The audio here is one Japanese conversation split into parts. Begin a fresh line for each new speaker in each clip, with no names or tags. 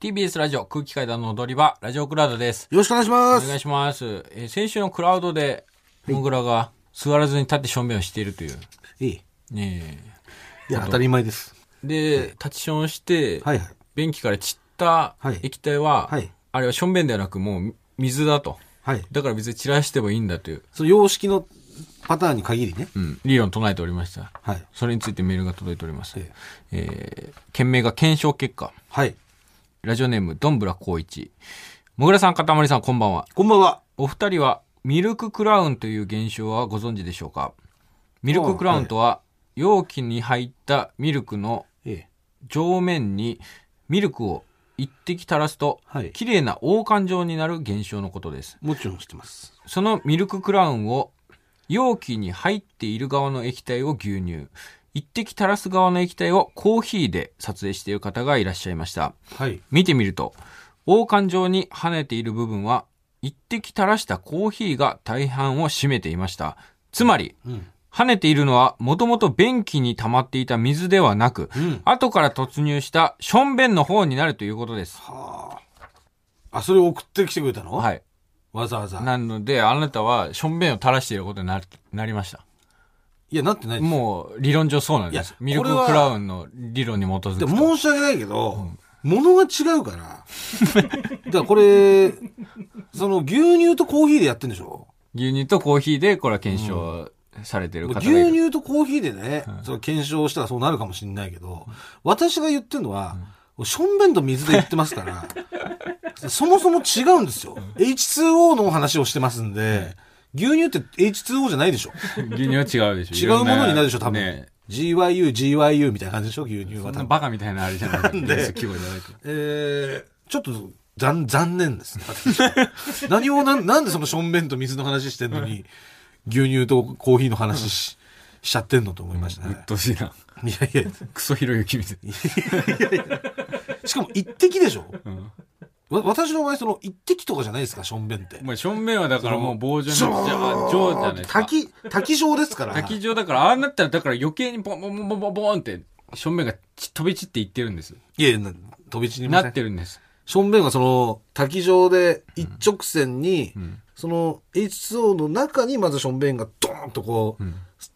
TBS ラジオ空気階段の踊り場、ラジオクラウドです。
よろしくお願いし
お
ま
願い
す。
します。えー先週のクラウドで、モグラが座らずに立ってしょんべんをしているという。
いい。
ね
いや、当たり前です。
え。で、立ちションをして、
はいはい。
便器から散った
はい
液体は、
はい
あれはしょんべんではなくもう水だと。
はい。
だから別に散らしてもいいんだという、
その様式のパターンに限りね。
うん、理論を唱えておりました。
はい。
それについてメールが届いております。
え
えー、件名が検証結果。
はい。
ラジオネーム、どんぶらこういち。もぐらさん、かたまりさん、こんばんは。
こんばんは。
お二人は、ミルククラウンという現象はご存知でしょうかミルククラウンとは、容器に入ったミルクの
ええ。
上面にミルクを一滴垂らすと、
はい
綺麗な王冠状になる現象のことです。
もちろん知ってます。
そのミルククラウンを容器に入っている側の液体を牛乳、一滴垂らす側の液体をコーヒーで撮影している方がいらっしゃいました。
はい。
見てみると、王冠状に跳ねている部分は、一滴垂らしたコーヒーが大半を占めていました。つまり、
うん。
跳ねているのは、もともと便器に溜まっていた水ではなく、
うん。
後から突入したションベンの方になるということです。
はあ。あ、それを送ってきてくれたの。
はいい。
わざわざ。
なので、あなたは、ションベンを垂らしていることになるなりました。
いや、なってないです。
もう、理論上そうなんです
いや。
ミルククラウンの理論に基づ
で
く
も
と。
申し訳ないけど、物が違う から。だからこれ、その牛乳とコーヒーでやってんでしょ
牛乳とコーヒーで、これは検証されてる方がいる。
牛乳とコーヒーでね、その検証したらそうなるかもしれないけど、私が言ってるのは、ションベンと水で言ってますから、 そもそも違うんですよ。H2O のお話をしてますんで、牛乳って H2O じゃないでしょ。
牛乳は違うでし
違
ょ。
うものになるでしょ、多分。
いろんね
GYU、GYU みたいな感じでしょ、牛乳
そ
は
んな
多分。
バカみたいなあれじゃない
んで
ニュース規模じゃないと。
えー、ちょっと残残念ですね。私 何をなん、なんでそのションベンと水の話してんのに、牛乳とコーヒーの話ししちゃってんのと思いました
うっ
ね。
とうしいな。
いやいや。
クソひろゆきみたいな。
しかも一滴でしょ、
ん
わ私の場合その一滴とかじゃないですかしょんべんって。
まあ、正面はだからもう棒状になっちゃう。あ
ジ
状
ョー
じゃないですか。
滝滝状ですから。
滝状だから、ああなったら、だから余計にボンボンボンボンボンボンって、正面がち飛び散っていってるんです。
いやいやな飛び散りま
な
せん
ってるんです。
しょんべんがその滝状で一直線に、その H2O の中にまずしょんべんがドーンとこう、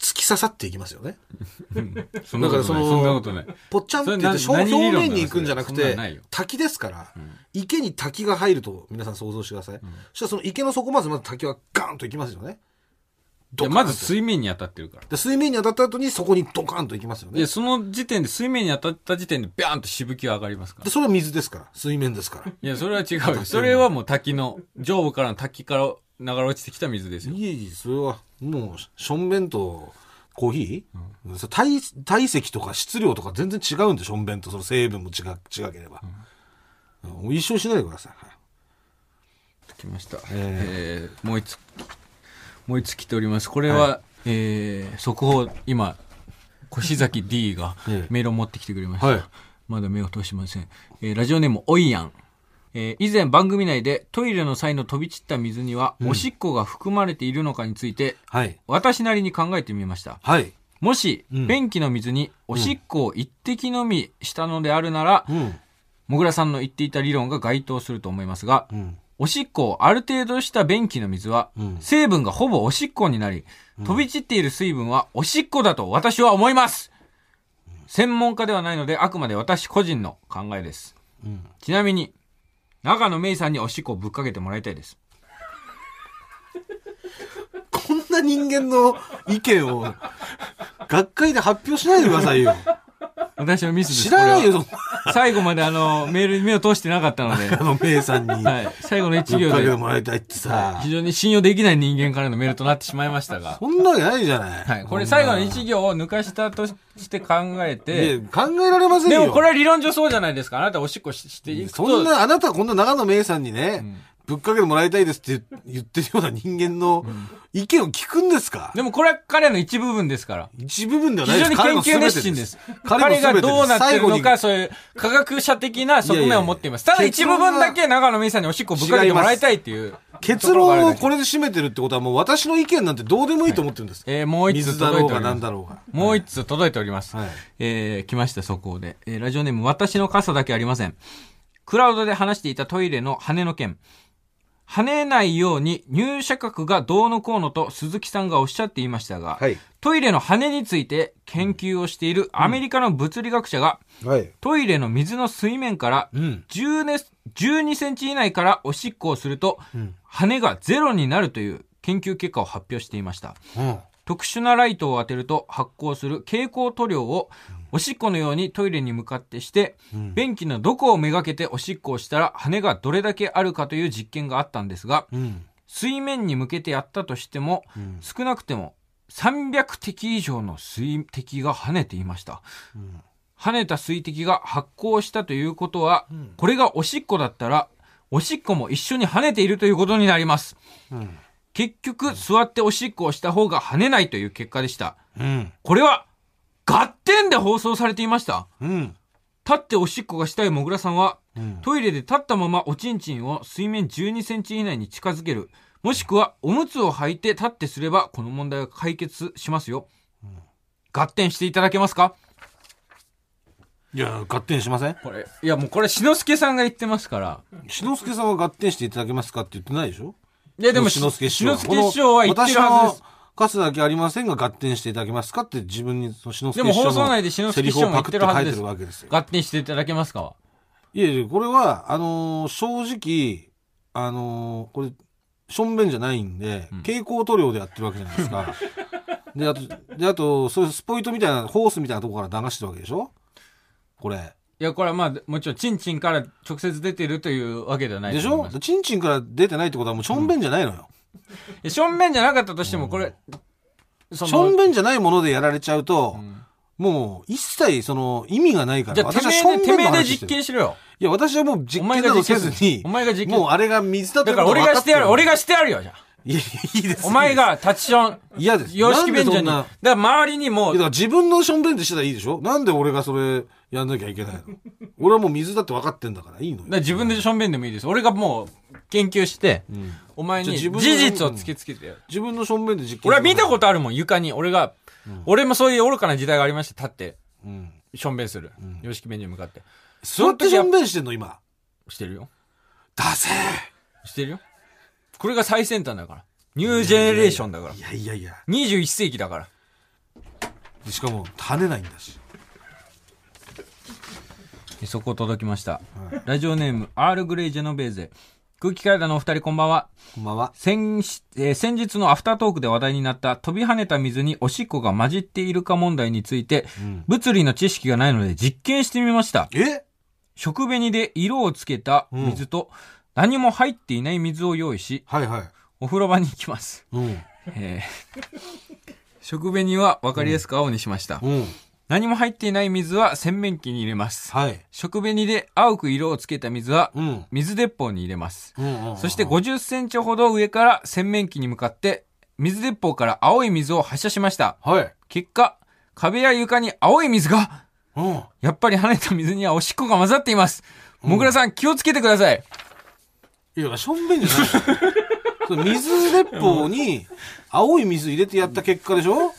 突き刺さっていきますよね。
そんなことない。
だからその
そんなことない。
ぽっちゃんって言って
そ
し
れ
ょ
な
表
何理論なの
面に行くんじゃなく
それそん
て
なのないよ
滝ですから、池に滝が入ると皆さん想像してください、そしたらその池の底まずまず滝はガーンと行きますよね
い
ド
や
カー
ま
ンと
ず水面に当たってるから。
で水面に当たった後にそこにドカーンと行きますよ
い
ね
や、その時点で、水面に当たった時点で、ビャーンとしぶきは上がりますから
で。それは水ですから水面ですから
いや、それは違うよ。それはもう滝の、上部からの滝から流れ落ちてきた水ですよ。
いえいえそれはもうしょんべんとコーヒー、それ体体積とか質量とか全然違うんでしょんべんとその成分も違違ければ、うん一生しないでください
来ました。え
え
ー、もう一つ、もう一つ来ております。これは、えー、速報、今、越崎 D が
ええ
メールを持ってきてくれました。
はい
まだ目を通しません。えー、ラジオネーム、おいやん。えー、以前番組内でトイレの際の飛び散った水には、おしっこが含まれているのかについて、
はい
私なりに考えてみました。
はい
もし、
うん
便器の水におしっこを一滴のみしたのであるなら、
うん
もぐらさんの言っていた理論が該当すると思いますが、
うん
おしっこをある程度した便器の水は、
うん
成分がほぼおしっこになり、飛び散っている水分はおしっこだと私は思います、専門家ではないので、あくまで私個人の考えです。
うん
ちなみに、長野めいさんにおしっこをぶっかけてもらいたいです。
こんな人間の意見を、学会で発表しないでくださいよ。
私のミスです。
知らないよ、
こ
そ
れ
ん
は。最後まであの、メールに目を通してなかったので、
なの、メイさんに。
はい。最後の一
ぶっ
行
かけ
で
て、もらいたいってさ
非。常に信用できない人間からのメールとなってしまいましたが。
そんなわけないじゃない。
はい。これ最後の
そん
一行を抜かしたとして考え
な
て、
いや考えられません
で
よ。
もこれは理論上そうじゃないですか。あなたおしっこししていくと。
そんな、あなたはこんな長野メイさんにね、ぶっかけてもらいたいですって言ってるような人間の意見を聞くんですか、
でもこれは彼の一部分ですから。
一部分ではな
非
い
常
です
に研究熱心です。彼
彼の全
が
てです
どうなってるの
彼
か、
の
そういう科学者的な側面を持っています。
い
た
やい
だ
やいや
一部分だけ長野美さんにおしっこぶっかけてもらいたいっていう。
結論をこれで締めてるってことはもう私の意見なんてどうでもいいと思ってるんです。
えーもう一つ
水だ
届
ろ
いうてお
が
りま
何
す。
だろうが。
もう一つ届いております。
はい
えー来ました、速報で。えーラジオネーム、私の傘だけありません。クラウドで話していたトイレの羽の件。跳ねないように入射角がどうのこうのと鈴木さんがおっしゃっていましたが、
はい。
トイレの羽について研究をしているアメリカの物理学者が、
はい。
トイレの水の水面から
うん。
10ね12センチ以内からおしっこをすると、
うん。
羽がゼロになるという研究結果を発表していました。
うん。
特殊なライトを当てると発光する蛍光塗料をおしっこのようにトイレに向かってして、
うん
便器のどこをめがけておしっこをしたら羽がどれだけあるかという実験があったんですが、
うん。
水面に向けてやったとしても、
うん。
少なくても300滴以上の水滴が跳ねていました。跳ねた水滴が発光したということは、
うん
これがおしっこだったら、おしっこも一緒に跳ねているということになります。
うん。
結局、座っておしっこをした方が跳ねないという結果でした。
うん。
これは、合点で放送されていました。
うん。
立っておしっこがしたいもぐらさんは、
うん。
トイレで立ったままおちんちんを水面12センチ以内に近づける。もしくは、おむつを履いて立ってすれば、この問題は解決しますよ。合点していただけますか
いや、合点しません
これ、いやもうこれ、しのすけさんが言ってますから。
しのすけさんは合点していただけますかって言ってないでしょ
いやでも、
しのすけ師匠
篠介師匠は言ってるはず
私
で
の数だけありませんが合点していただけますかって自分にそのしのす
す。で
け
も
師匠
放送
の
内でしのす
セ
け
リ
師
フ
匠
を
も言
パ
っ
クってて
るは
書
ずで
いて
す
る。わけですよ。
合点していただけますかはい
やいや、これは、あのー正直、あのーこれ、しょんべんじゃないんで、蛍光塗料でやってるわけじゃないで すか。で、あと、で、あと、そういうスポイトみたいな、ホースみたいなとこから流してるわけでしょこれ。
いや、これはまあ、もちろん、チンチンから直接出てるというわけではない
でし
と思い
ょ
ます
チンチンから出てないってことはもうしょんべんじゃないのよ。
いや正面じゃなかったとしても、これ、そ
しょん
の、
べんじゃないものでやられちゃうと、
ん
もう一切その意味がないから。
じゃあ、て
私は
め
しょ
え
ん
で、
べ
て
ん
め
の
えで
話して
実
る
験しろよ。
いや、私はもう実験などせずに、
お前が実験するお前が実験する
もうあれが水だとい
だ
う
か
こ
ら、俺
とが分
が
かっ
してて
る
やる、俺がしてやるよ、じゃあ。
いや、いやいいです。
お前が、タッチション、
嫌です。
様式便所に。だ
なん
か
で
ら、周りにも、
そんないうやだから自分のしょんべんってしたらいいでしょなんで俺がそれやんなきゃいけないの俺はもう水だって分かってんだからいいのよ。
だから自分でしょんべんでもいいです。俺がもう、研究して、お前に
じゃあ
事
自分の
実を突きつけてやる。
自分のしょんべんで実験。
俺は見たこととあるもん、床に。俺が、俺もそういう愚かな時代がありました、立って、
うん。
しょんべんする。様式便所に向かって。
座ってしょんべんしてんの今。
してるよ。
出せ
してるよ。これが最先端だから。ニュージェネレーションだから
い。やいやいや。
21世紀だから。
でしかも、跳ねないんだし。
そこ届きました。ラジオネーム、アールグレイジェノベーゼ。空気階段のお二人こんばんは。
こんばんは。
先し、えー先日のアフタートークで話題になった飛び跳ねた水におしっこが混じっているか問題について、
ん
物理の知識がないので実験してみました。
え
食紅で色をつけた水と、何も入っていない水を用意し、
はいはい。
お風呂場に行き ます。
うん。
えー食紅は分かりやすく青にしました。
うん。
何も入っていない水は洗面器に入れます。
はい。
食紅で青く色をつけた水は、
うん。
水鉄砲に入れます。
うんうん。
そして50センチほど上から洗面器に向かって、水鉄砲から青い水を発射しました。
はい。
結果、壁や床に青い水が、
うん。
やっぱり跳ねた水にはおしっこが混ざっています。もぐらさん、気をつけてください。
いや、しょんべんじゃないのよそれ水鉄砲に青い水入れてやった結果でしょ、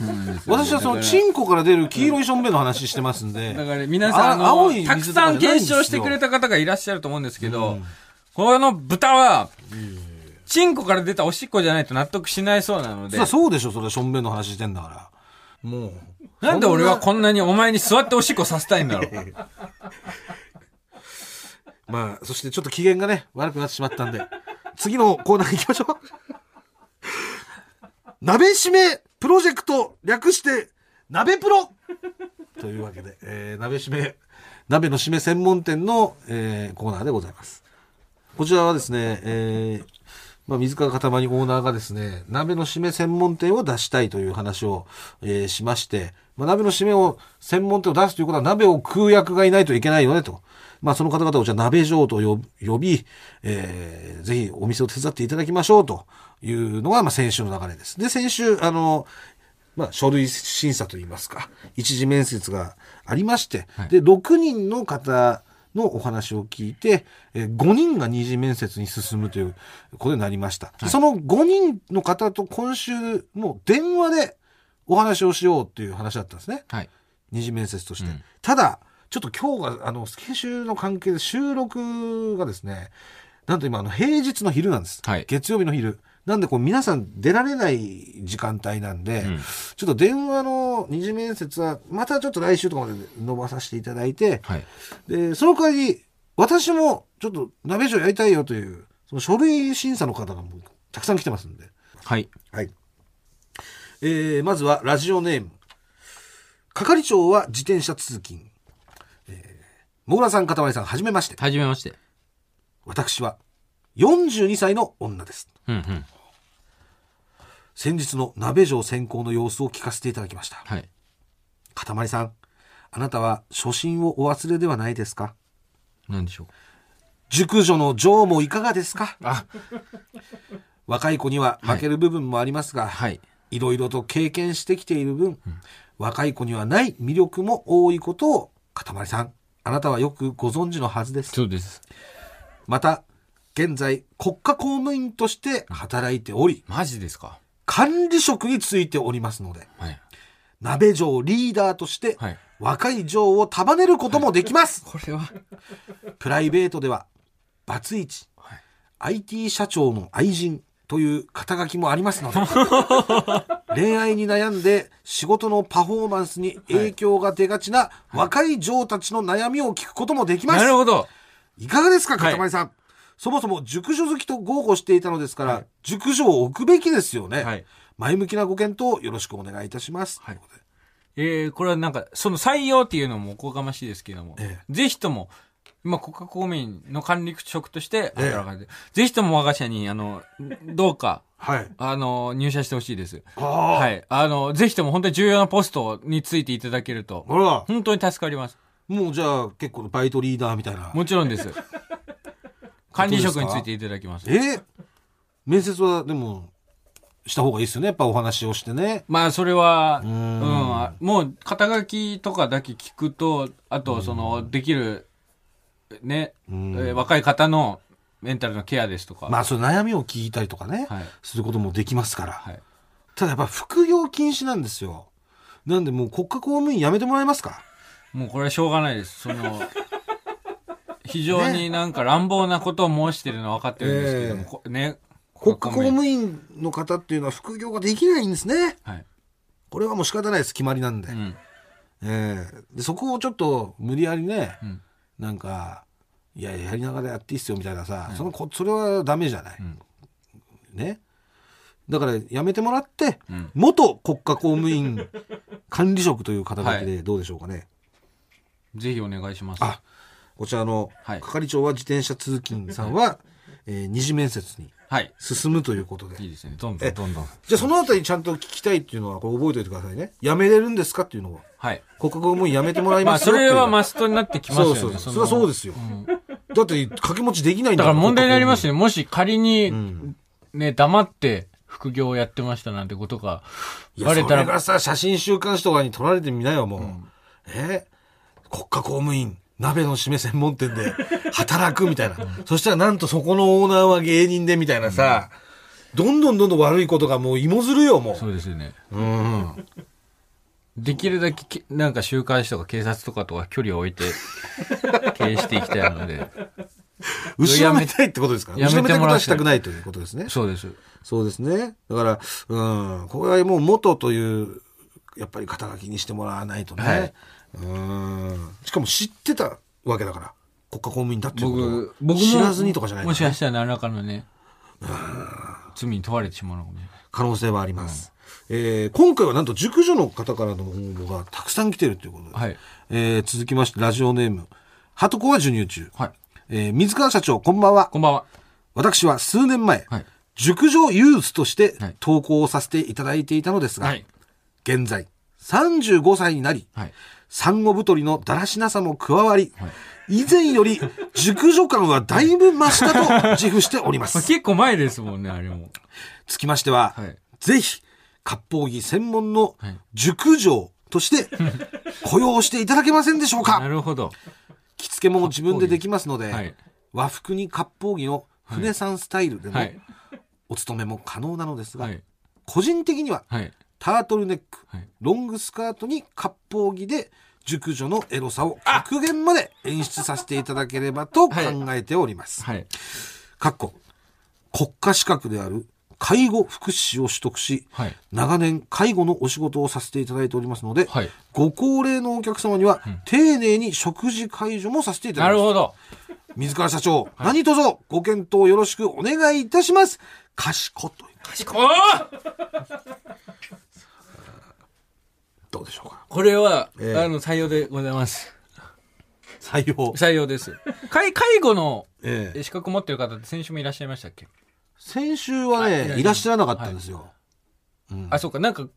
私はそのチンコから出る黄色いしょんべんの話してますんで。
だから皆さん、あの、
あ青い水
たくさん
とかじゃないん
検
ですよ
証してくれた方がいらっしゃると思うんですけど、この豚は、チンコから出たおしっこじゃないと納得しないそうなの
そ
で
りゃ、そうでしょ、それはしょんべんの話してんだから。もう。
なんで俺はこんなにお前に座っておしっこさせたいんだ ろう。
まあ、そしてちょっと機嫌がね、悪くなってしまったんで、次のコーナー行きましょう。 鍋しめプロジェクト、略して、鍋プロというわけで、えー鍋しめ、鍋のしめ専門店の、えーコーナーでございます。こちらはですね、えーまあ、水川かたまにオーナーがですね、鍋の締め専門店を出したいという話を、えーしまして、まあ、鍋の締めを専門店を出すということは鍋を食う役がいないといけないよねと。まあ、その方々をじゃあ鍋嬢と呼ぶ呼び、えーぜひお店を手伝っていただきましょうというのが、まあ、先週の流れです。で、先週、あの、まあ、書類審査といいますか、一次面接がありまして、で、6人の方のお話を聞いて、えー5人が二次面接に進むということになりました。その5人の方と今週、もう電話でお話をしようという話だったんですね。
はい。
二次面接として。ただ、ちょっと今日が、あの、スケジュールの関係で収録がですね、なんと今、あの、平日の昼なんです。
はい
月曜日の昼。なんで、こう、皆さん出られない時間帯なんで、
うん
ちょっと電話の二次面接は、またちょっと来週とかまで伸ばさせていただいて、
はい。
で、その代わり、私も、ちょっと、鍋所やりたいよという、その書類審査の方がもう、たくさん来てますんで。
はい。
はい。えー、まずはラジオネーム。係長は自転車通勤。えー、もぐらさん、かたまりさん、はじめまして。
はじめまして。
私は42歳の女です。
うんうん。
先日の鍋城選考の様子を聞かせていただきました。
はい。
かたまりさん、あなたは初心をお忘れではないですか
なんでしょう。
熟女の女もいかがですか
あ、
若い子には負ける部分もありますが、
はい。
いろいろと経験してきている分、若い子にはない魅力も多いことを、かたまりさん、あなたはよくご存知のはずです。
そうです。
また、現在、国家公務員として働いており、
マジですか。
管理職についておりますので、
はい。
鍋城リーダーとして、
はい。
若い城を束ねることもできます。
これは。
プライベートでは、バツイチ、
はい
IT 社長の愛人という肩書きもありま すので、恋愛に悩んで仕事のパフォーマンスに影響が出がちな若い嬢たちの悩みを聞くこともできます。
なるほど。
いかがですか、
はい
かたまりさん。そもそも熟女好きと豪語していたのですから、熟女を置くべきですよね。
はい
前向きなご検討よろしくお願いいたします。
はい
ということで
えー、これはなんか、その採用っていうのもおこがましいですけども、
え
ぜひとも、まあ、国家公務員の管理職として働かれて、ぜひとも我が社に、あの、どうか、
はい。
あの、入社してほしいです。
ああ、
はい。あの、ぜひとも本当に重要なポストについていただけると、
あら、
本当に助かります。
もうじゃあ結構バイトリーダーみたいな。
もちろん です。管理職についていただきます。
え面接はでもした方がいいですよねやっぱお話をしてね
まあ、それは、
う
うんん、あもう、肩書きとかだけ聞くと、あと、その、できる、ね、
うん
えー若い方のメンタルのケアですとか。
まあそういう悩みを聞いたりとかね、
はい。
することもできますから、
はい。
ただやっぱ副業禁止なんですよなんでもう国家公務員やめてもらえますか
もうこれはしょうがないです。その、 非常になんか乱暴なことを申してるのは分かってるんですけども、
ええ
こね。
国家公務員の方っていうのは副業ができないんですね
はい。
これはもう仕方ないです決まりなんで,、
うん。
ええでそこをちょっと無理やりね、
うん。
なんかいややりながらやっていいっすよみたいなさ、そのこそれはダメじゃない、
ん
ねだからやめてもらって、
うん。
元国家公務員 管理職という肩書きでどうでしょうかね。
ぜひお願いします。
あ、こちらの
はい
係長は自転車通勤さんは、えー二次面接に
はい。
進むということで。
いいですね。どんどんどんどん。
じゃあそのあたりちゃんと聞きたいっていうのはこれ覚えておいてくださいね。辞めれるんですかっていうのを。
はい。
国家公務員辞めてもらい
ま
ま
あ、
す
そ
よってい
れ
う
はマストになってきますよね。
そうそうそう。それ
の
はそうですよ。だって掛け持ちできないん
だ
だ
から問題になります
よ。
よ。もし仮に、
ん
ね、黙って副業をやってましたなんてことが
いや
バレた
それが
ら、
さ、写真週刊誌とかに撮られてみなよ、もう。え国家公務員、鍋の締め専門店で 働くみたいな。そしたらなんとそこのオーナーは芸人でみたいなさ、どんどんどんどん悪いことがもう芋づるよ、も
そうですよね。
う。うん。
できるだけけ、なんか週刊誌とか警察とかとは距離を置い て、経営していきたいので。
後ろめたいってことですから。
やめ
後
て
ろめた
やめて
いこと
もらっ
は
て
したくないということですね。
そうです。
そうですね。だから、うん、これはもう元という、やっぱり肩書きにしてもらわないとね。
はい
うん。しかも知ってたわけだから。国家公務員だっていうこと
僕
を、
僕も。
知らずにとかじゃないから
もしかしたら何らかのね、罪に問われてしまうのかもしれない。
可能性はあります。えー今回はなんと熟女の方からの応募がたくさん来てるということで、
はい
えー続きましてラジオネーム、ハトコは授乳中。
はい。
えー水川社長、こんばんは。
こんばんは。
私は数年前、
はい
熟女ユースとして
はい
投稿をさせていただいていたのですが、
はい。
現在、35歳になり、
はい。
産後太りのだらしなさも加わり、以前より熟女感はだいぶ増した と自負しておりま
まあ、
す。
結構前ですもんね、あれも。
つきましては、
はい
ぜひ、割烹着専門の
はい
熟女 として雇用していただけませんでしょう
な
か
るほど。
着付けも自分でできますので、
はい
和服に割烹着の船さんスタイルでの
はい。
お勤めも可能なのですが、
はい。
個人的には
はい。
タートルネック、
はい
ロングスカートに割烹着で熟女のエロさを極限まで演出させていただければと考えております。
はい。
かっこ国家資格である介護福祉士を取得し、
はい
長年介護のお仕事をさせていただいておりますので、
はい
ご高齢のお客様には、丁寧に食事介助もさせていただ
な
き
る
ます
ほど。
水川社長、何卒ご検討よろしくお願いいたします賢という
賢い
どうでしょうか
これは、
ええ
あの、採用でございます。
採用
採用です。介介護の
ええ
資格持ってる方って先週もいらっしゃいましたっけ、
先週はね、
はい
い、らっしゃらなかったんですよ、
あ、そうか。なんか、う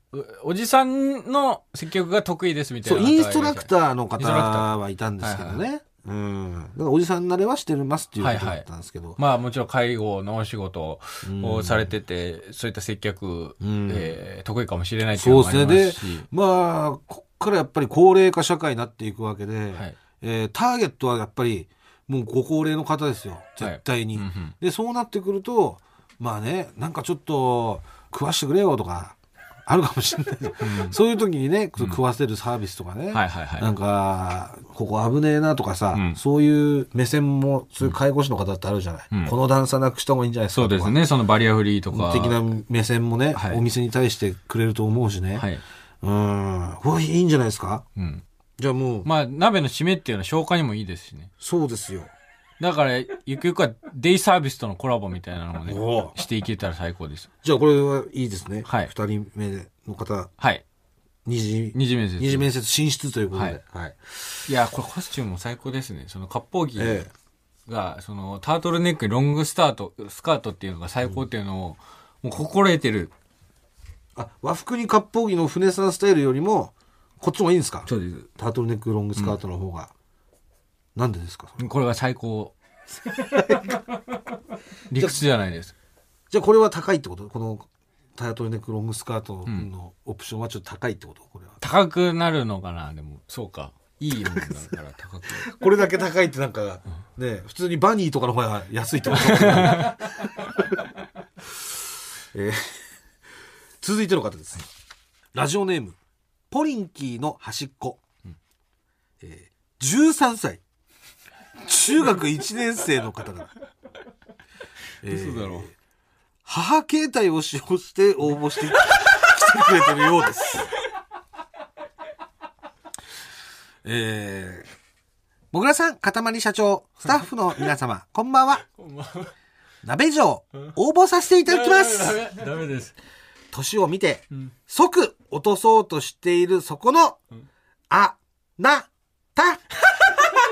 おじさんの接客が得意ですみたい
そう
な。
インストラク
ー。
ターの
イン
方
ストラクター
はいたんですけどね、うんだからおじさん慣れはしてますっていうことだったんですけど、
まあもちろん介護のお仕事をされてて、そういった接客、
ん
えー得意かもしれないっていう
そ
の
う
も
で
あ
す
り
ね。
ますし。、
でまあ、こっからやっぱり高齢化社会になっていくわけで、
はい
えーターゲットはやっぱり、もうご高齢の方ですよ、絶対に。
はいうんうん
で、そうなってくると、まあね、なんかちょっと、食わしてくれよとか、あるかもしれない。そういう時にね、食わせるサービスとかね、
はいはいはい
なんか、ここ危ねえなとかさ、
うん
そういう目線も、そういう介護士の方ってあるじゃない。
うん
この段差なくした方がいいんじゃないですか
そう
とか。
ですね。そのバリアフリーとか。
的な目線もね、
はい
お店に対してくれると思うしね。
はい。
うん。これいいんじゃないですか
うん。
じゃあもう、
まあ、鍋の締めっていうのは消化にもいいですしね。
そうですよ。
だから、ゆくゆくはデイサービスとのコラボみたいなのもね
お、
していけたら最高です。
じゃあこれはいいですね。
はい
二人目の方、
はい。
二次、
二次面接。
二次面接進出ということで。
はいいや、これコスチュームも最高ですね。その、割烹着
え
が、その、タートルネックにロングスタート、スカートっていうのが最高っていうのを、もう心得てる。
あ、和服に割烹着の船さんスタイルよりも、こっちの方がいいんですか
そうです。
タートルネックロングスカートの方が。なんでですかそれ
これが最 高。理屈じゃないです。
じゃあこれは高いってことこのタートルネックロングスカートのオプションはちょっと高いってことこれは。
高くなるのかなでも、そうか。いいもんだから高く。
これだけ高いってなんか、ね、普通にバニーとかの方が安いっ てことですよねえー続いての方です。ラジオネーム、ポリンキーの端っこ。えー13歳。中学1年生の方だ。え ー
嘘だろ
母携帯を使用して応募してき来てくれてるようです。えー、もぐらさん、かたまり社長、スタッフの皆様、こんばんは。鍋城、応募させていただきます。
ダメダメです。
年を見て、
ん
即落とそうとしているそこの、あ、な、た。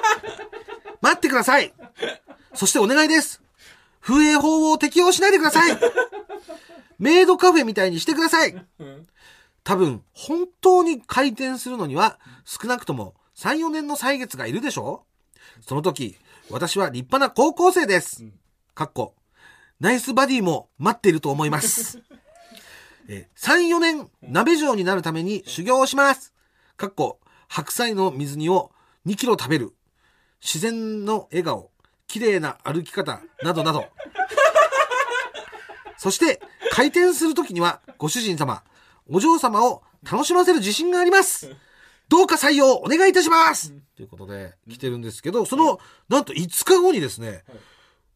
待ってください。そしてお願いです。風営法を適用しないでください。メイドカフェみたいにしてください。多分、本当に回転するのには、少なくとも3、4年の歳月がいるでしょうその時、私は立派な高校生です。かっこ、ナイスバディも待っていると思います。えー3、4年、鍋城になるために修行をします。かっこ、白菜の水煮を2キロ食べる。自然の笑顔、綺麗な歩き方、などなど。そして、回転するときには、ご主人様、お嬢様を楽しませる自信があります。どうか採用お願いいたしますということで、来てるんですけど、その、なんと5日後にですね、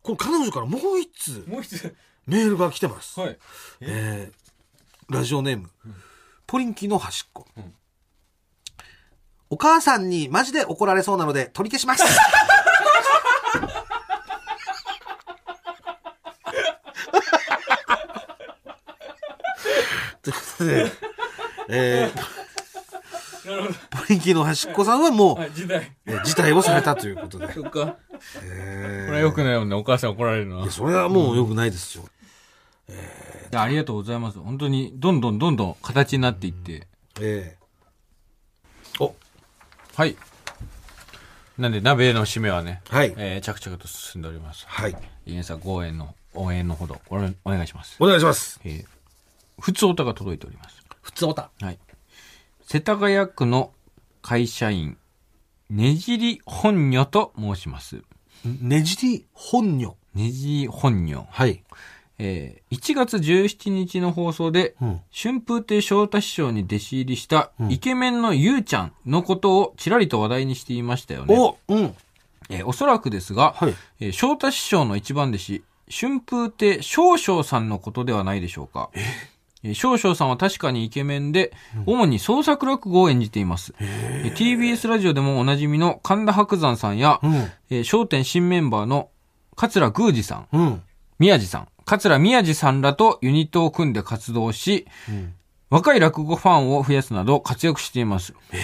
この彼女からもう1通
もう一つ。
メールが来てます。
はい。
えーラジオネーム、ポリンキーの端っこ、お母さんにマジで怒られそうなので取り消します ということで、え
なるほ
ーポリンキーの端っこさんはもう
ど。、あ、時代。
えー辞退をされたということで、
そっか。
えー
これは良くないもんね。お母さん怒られるのはい
や。それはもう良くないですよ、
いやありがとうございます。本当に、どんどんどんどん形になっていって。
えーお
はい。なんで、鍋の締めはね、
はい
えー着々と進んでおります。
はい
イエンサ5円の、応援のほど、おれお願いします。
お願いします
えー、普通歌が届いております。
普通おた
はい。世田谷区の会社員、ねじり本女と申します。
ねじり本女。
ねじり本女。
はい。
ええー1月17日の放送で、
うん。
春風亭昇太師匠に弟子入りした
うん
イケメンのゆうちゃんのことをちらりと話題にしていましたよね。
おうん。
えーおそらくですが、
はい。
えー昇太師匠の一番弟子、春風亭少々さんのことではないでしょうか。えー少々さんは確かにイケメンで、主に創作落語を演じています。えー TBS ラジオでもおなじみの神田伯山さんや、
うん。
えー笑点新メンバーの桂宮司さん、
うん。
宮司さん、桂宮司さんらとユニットを組んで活動し、
うん。
若い落語ファンを増やすなど活躍しています。
え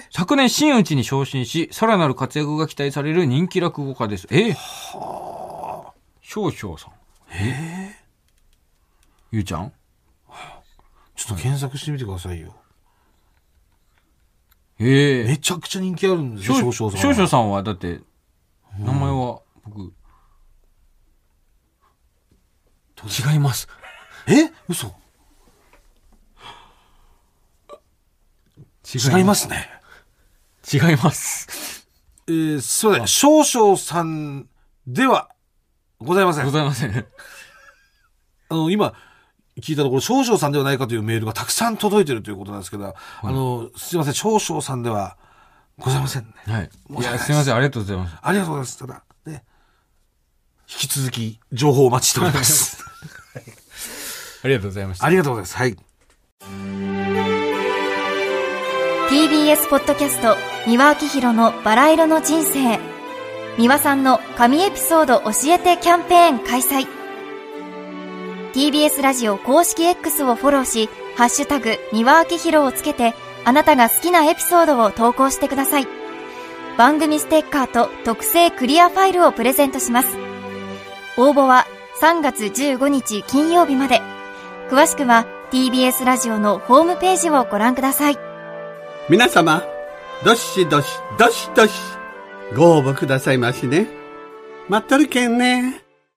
え
昨年真打ちに昇進し、さらなる活躍が期待される人気落語家です。えー、少々さん。えゆうちゃん
ちょっと検索してみてくださいよ。
ええ
めちゃくちゃ人気あるんですよ、
少
少
々
々さんは。
さんは、だって、名前は僕、違います。。
え嘘違いますすね。
違います。
えー、すいません。少々さんではございません
ご。ざいません。
あの、今、聞いたところ、少々さんではないかというメールがたくさん届いてるということなんですけど、あの、すいません、少々さんではございませんね。
はい。いや、すいません。ありがとうございます。
ありがとうございます。ただ、ね、引き続き、情報をお待ちしております。
ありがとうございまし
あ。りがとうございます。はい。
TBS ポッドキャスト三輪明宏のバラ色の人生三輪さんの神エピソード教えてキャンペーン開催 TBS ラジオ公式 X をフォローし「ハッシュタグ三輪明宏」をつけてあなたが好きなエピソードを投稿してください番組ステッカーと特製クリアファイルをプレゼントします応募は3月15日金曜日まで詳しくは TBS ラジオのホームページをご覧ください
皆様、どしどし、どしどし、ご応募くださいましね。待っとるけんね。